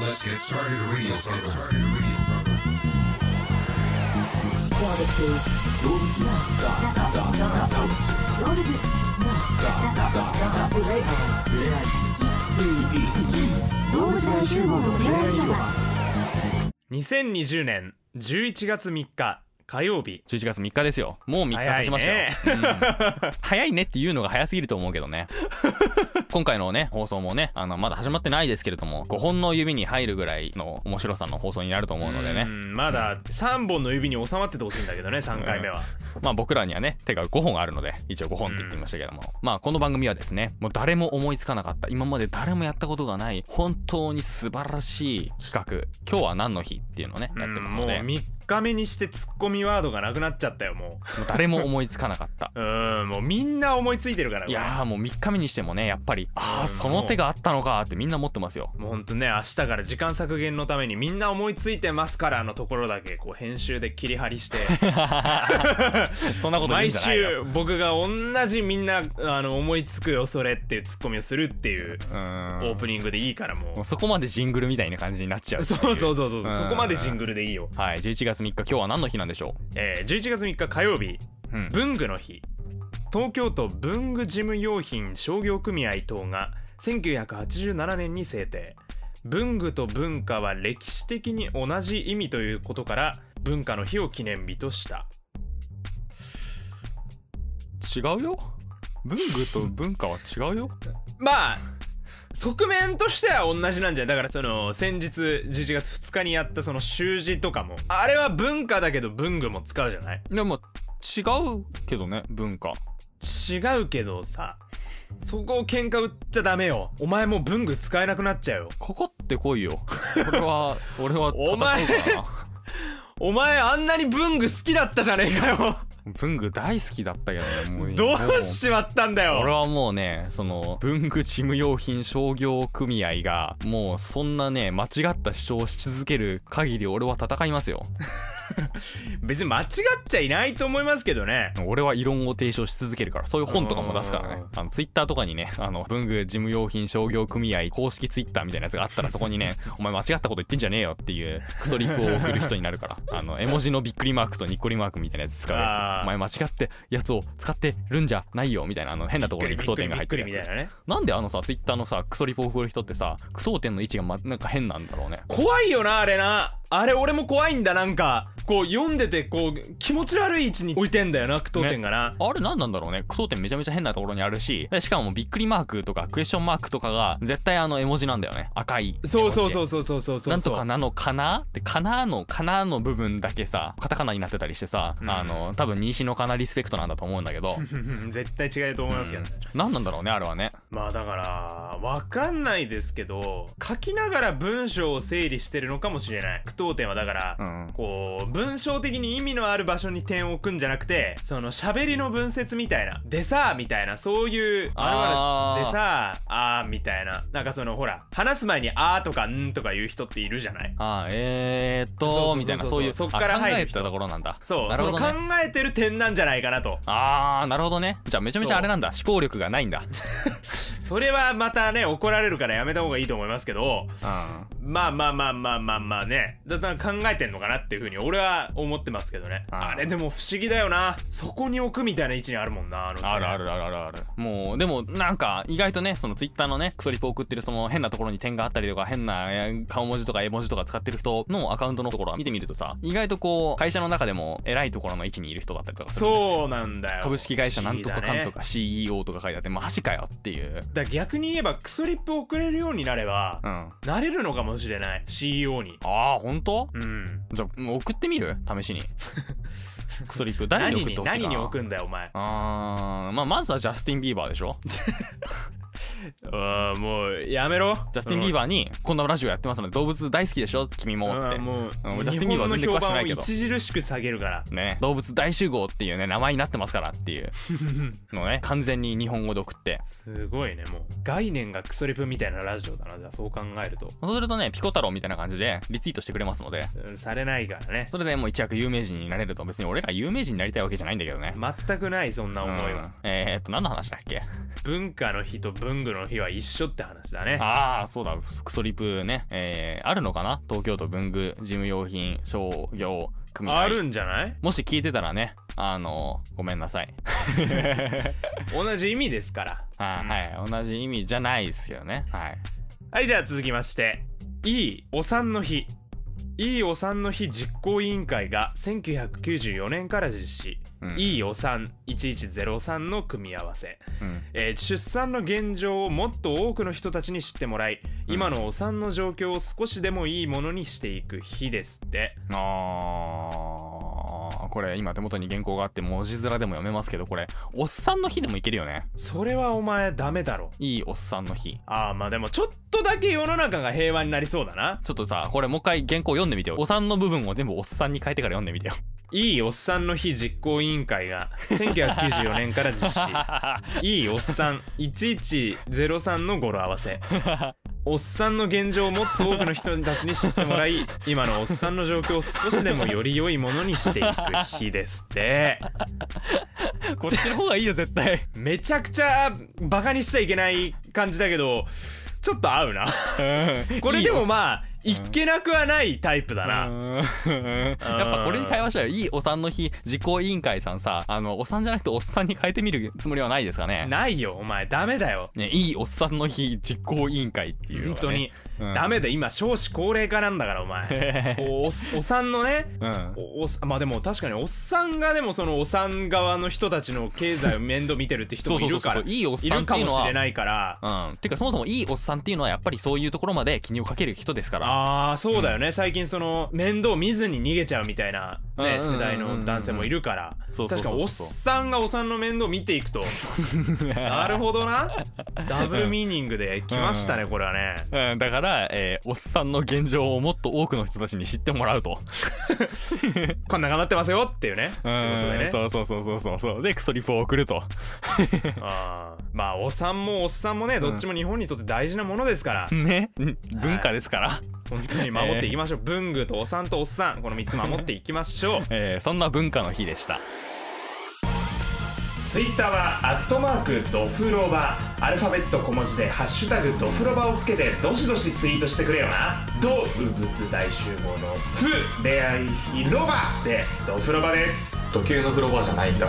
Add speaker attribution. Speaker 1: Let's get started radio get started radio program.
Speaker 2: Doors
Speaker 3: 2020年11月3日火曜日
Speaker 4: 11月3日ですよもう3日経ちましたよ
Speaker 3: 早
Speaker 4: うん早いねっていうのが早すぎると思うけ どね今回のね放送もねあのまだ始まってないですけれども5本の指に入るぐらいの面白さの放送になると思うのでね
Speaker 3: うんまだ3本の指に収まっててほしいんだけどね3回目は、
Speaker 4: まあ僕らにはね手が5本あるので一応5本って言ってみましたけども、まあこの番組はですねもう誰も思いつかなかった今まで誰もやったことがない本当に素晴らしい企画今日は何の日っていうのをねやってます
Speaker 3: も
Speaker 4: の
Speaker 3: う
Speaker 4: で、も
Speaker 3: 3日目にしてツッコミワードがなくなっちゃったよも
Speaker 4: う誰も思いつかなかった
Speaker 3: ううんもうみんな思いついてるから
Speaker 4: いやーもう3日目にしてもねやっぱりあ
Speaker 3: うん
Speaker 4: あその手があったのかーってみんな持ってますよ
Speaker 3: もうほんとね明日から時間削減のためにみんな思いついてますからのところだけこう編集で切り張りして
Speaker 4: そんなこと言うん
Speaker 3: 毎
Speaker 4: じゃない
Speaker 3: 週
Speaker 4: よ
Speaker 3: 僕が同じみんなあの思いつくよそれっていうツッコミをするっていう
Speaker 4: う
Speaker 3: オ
Speaker 4: ーん
Speaker 3: ープニングでいいからもう
Speaker 4: もうそこまでジングルみたいな感じになっちゃう
Speaker 3: そうそうそうそう
Speaker 4: う
Speaker 3: そ
Speaker 4: ん
Speaker 3: こまでジングルでいいよ、
Speaker 4: はい11月3日今日は何の日なんでしょ
Speaker 3: えー、11月3日火曜日
Speaker 4: う、うん、
Speaker 3: 文具の日東京都文具事務用品商業組合等が1987年に制定文具と文化は歴史的に同じ意味ということから文化の日を記念日とした
Speaker 4: 違うよ文具と文化は違うよ
Speaker 3: まあ側面としては同じなんじゃないだからその先日11月2日にやったその習字とかもあれは文化だけど文具も使うじゃない
Speaker 4: でも違うけどね文化
Speaker 3: 違うけどさそこを喧嘩売っちゃダメよお前もう文具使えなくなっちゃうよ
Speaker 4: かかってこい よ俺は俺は戦
Speaker 3: お
Speaker 4: う
Speaker 3: 前
Speaker 4: からな
Speaker 3: お前あんなに文具好きだったじゃねえかよ
Speaker 4: 文具大好きだったけどねもう
Speaker 3: ど
Speaker 4: も
Speaker 3: うしちまったんだ
Speaker 4: 俺
Speaker 3: よ
Speaker 4: はもうねその文具事務用品商業組合がもうそんなね間違った主張をし続ける限り俺は戦いますよ
Speaker 3: 別に間違っちゃいないと思いますけどね
Speaker 4: 俺は異論を提唱し続けるからそういう本とかも出すからねあのツイッターとかにねあの文具事務用品商業組合公式ツイッターみたいなやつがあったらそこにねお前間違ったこと言ってんじゃねえよっていうクソリプを送る人になるから あの絵文字のびっくりマークとニッコリマークみたいなやつ使うや
Speaker 3: あー
Speaker 4: つお前間違ってやつを使ってるんじゃないよみたいなあの変なところに句読点が入ってる
Speaker 3: びっくりびっくりみ
Speaker 4: や
Speaker 3: た
Speaker 4: つ
Speaker 3: いなね
Speaker 4: なんであのさツイッターのさクソリポを送る人ってさ句読点の位置が、ま、なんか変なんだろうね
Speaker 3: 怖いよなあれなあれ俺も怖いんだなんかこう読んでてこう気持ち悪い位置に置いてんだよな句読点がな、
Speaker 4: あれ何なんだろうね句読点めちゃめちゃ変なところにあるしでしかもびっくりマークとかクエスチョンマークとかが絶対あの絵文字なんだよね赤い
Speaker 3: そうそうそううそうそうそうそう
Speaker 4: なんとかなのかなってかなのかなの部分だけさカタカナになってたりしてさ、
Speaker 3: うん
Speaker 4: あの多分西のかなリスペクトなんだと思うんだ けど
Speaker 3: 絶対違うと思いますけどね、
Speaker 4: 何なんだろうねあれはね
Speaker 3: まあだからわかんないですけど書きながら文章を整理してるのかもしれない句読点はだから、
Speaker 4: うん
Speaker 3: こう文章的に意味のある場所に点を置くんじゃなくてその喋りの文節みたいな「でさ」みたいなそういう「
Speaker 4: あー
Speaker 3: でさ」「あ」みたいななんかそのほら話す前に「あ」とか「ん」とか言う人っているじゃない
Speaker 4: あーえー、っ
Speaker 3: そうそうそうそ
Speaker 4: と
Speaker 3: う
Speaker 4: みたいなそういう
Speaker 3: そっから
Speaker 4: あ考
Speaker 3: 入
Speaker 4: え
Speaker 3: る
Speaker 4: て
Speaker 3: 人
Speaker 4: たところなんだ
Speaker 3: そう、
Speaker 4: なる
Speaker 3: そ
Speaker 4: ほ
Speaker 3: の
Speaker 4: ど、
Speaker 3: 考
Speaker 4: ね、
Speaker 3: えてる点なんじゃないかなと
Speaker 4: あーなるほどねじゃあめちゃめちゃあれなんだ思考力がな いんだ、
Speaker 3: それはまたね怒られるからやめた方がいいと思いますけど
Speaker 4: うん
Speaker 3: まあまあまあまあまあまあねだんだん考えてんのかなっていうふうに俺は思ってますけどね
Speaker 4: あ
Speaker 3: あ
Speaker 4: ー
Speaker 3: れでも不思議だよなそこに置くみたいな位置にあるもんなあの手
Speaker 4: あるあるあるあるあるもうでもなんか意外とねそのツイッターのねクソリポ送ってるその変なところに点があったりとか変なえー顔文字とか絵文字とか使ってる人のアカウントのところを見てみるとさ意外とこう会社の中でも偉いところの位置にいる人だったりとかする
Speaker 3: そうなんだよ
Speaker 4: 株式会社なんとかかんと
Speaker 3: 不思議だね
Speaker 4: か CEO とか書いてあってマジかよっていう
Speaker 3: だから逆に言えばクソリップ送れるようになれば
Speaker 4: うんあ
Speaker 3: なれるのかもしれない CEO に
Speaker 4: あ本当
Speaker 3: うん
Speaker 4: じゃあもう送ってみる試 しにクソリポ誰
Speaker 3: 何
Speaker 4: に送っ
Speaker 3: に
Speaker 4: てほしいかな
Speaker 3: 何に置くんだよお前
Speaker 4: あーまあまずはジャスティン・ビーバーでしょ
Speaker 3: あーもうやめろ
Speaker 4: ジャスティン・ビーバーに「こんなラジオやってますので動物大好きでしょ君も」って
Speaker 3: うんも
Speaker 4: うん
Speaker 3: う
Speaker 4: 俺ジャ
Speaker 3: 日
Speaker 4: スティンビーバ
Speaker 3: 本
Speaker 4: ー
Speaker 3: の
Speaker 4: 全然
Speaker 3: 評
Speaker 4: 詳しくな
Speaker 3: 判
Speaker 4: い
Speaker 3: を
Speaker 4: けど
Speaker 3: 著しく下げるから
Speaker 4: ね、動物大集合っていうね名前になってますからっ ていうのね完全に日本語で送って
Speaker 3: すごいねもう概念がクソリップみたいなラジオだなじゃあそう考えると
Speaker 4: そうするとねピコ太郎みたいな感じでリツイートしてくれますので
Speaker 3: うんされないからね
Speaker 4: それでもう一躍有名人になれると別に俺ら有名人になりたいわけじじゃないんだけどね
Speaker 3: 全くないそんな思いは、
Speaker 4: うんえー、っと何の話だっけ
Speaker 3: 文化の日と文具ブの日は一緒って話だね
Speaker 4: ああそうだクソリプね、えー、あるのかな東京都文具事務用品商業組合
Speaker 3: あるんじゃない
Speaker 4: もし聞いてたらねあのごめんなさい
Speaker 3: 同じ意味ですから
Speaker 4: あーはい同じ意味じゃないですけどねはい
Speaker 3: はいじゃあ続きましていいお産の日いいお産の日実行委員会が1994年から実施、
Speaker 4: うん
Speaker 3: いいお産1103の組み合わせ、
Speaker 4: うん
Speaker 3: えー出産の現状をもっと多くの人たちに知ってもらい
Speaker 4: うん
Speaker 3: 今のお産の状況を少しでもいいものにしていく日ですって
Speaker 4: あーこれ今手元に原稿があって文字面でも読めますけどこれおっさんの日でもいけるよね
Speaker 3: それはお前ダメだろ
Speaker 4: いいおっさんの日
Speaker 3: ああまあでもちょっとだけ世の中が平和になりそうだな
Speaker 4: ちょっとさこれもう一回原稿読んでみてよおさんの部分を全部おっさんに変えてから読んでみて よ
Speaker 3: いいおっさんの日実行委員会が1994年から実施 いいおっさん1103の語呂合わせおっさんの現状をもっと多くの人たちに知ってもらい今のおっさんの状況を少しでもより良いものにしていく日ですって
Speaker 4: こっちの方がいいよ絶対
Speaker 3: めちゃくちゃバカにしちゃいけない感じだけどちょっと合うなこれでもまあいけなくはないタイプだな
Speaker 4: やっぱこれに変えましょうよいいおさんの日実行委員会さんさあのおさんじゃなくておっさんに変えてみるつもりはないですかね
Speaker 3: ないよお前ダメだよ
Speaker 4: ねいいおっさんの日実行委員会っていう
Speaker 3: 本
Speaker 4: のがね
Speaker 3: 当に、
Speaker 4: うん
Speaker 3: ダメだ今少子高齢化なんだからお 前おおおさんのね
Speaker 4: うん
Speaker 3: おおさまあでも確かにおっさんがでもそのおさん側の人たちの経済を面倒見てるって人もいるか
Speaker 4: そ
Speaker 3: ら
Speaker 4: うそうそうそういいおっさんって
Speaker 3: い
Speaker 4: い
Speaker 3: る
Speaker 4: うのは
Speaker 3: かもしれないから
Speaker 4: うん、てかそもそもいいおっさんっていうのはやっぱりそういうところまで気にをかける人ですから
Speaker 3: あーそうだよね、最近その面倒見ずに逃げちゃうみたいな、ね
Speaker 4: うんうんうんうん
Speaker 3: 世代の男性もいるから
Speaker 4: そうそうそうそう
Speaker 3: 確かおっさんがおさんの面倒見てい くとなるほどなダブルミーニングで来ましたねこれはね
Speaker 4: うん、だから、えーおっさんの現状をもっと多くの人たちに知ってもらうと
Speaker 3: こんな頑張ってますよっていうね仕事で
Speaker 4: う
Speaker 3: ね
Speaker 4: んそうそうそうそうそうそうでクソリプを送ると
Speaker 3: あーまあおさんもおっさんもねどっちも日本にとって大事なものですから、
Speaker 4: ねうん文化ですから、
Speaker 3: 本当に守っていきま しょう、文具とおさんとおっさんこの3つ守っていきましょう
Speaker 4: えーそんな文化の日でした
Speaker 3: ツイッターはアットマークドフロバアルファベット小文字で「ハッシュタグドフロバ」をつけてどしどしツイートしてくれよなドウ物大集合の「フ」恋愛広場でドフロバです
Speaker 4: 時計の風呂場じゃないんだ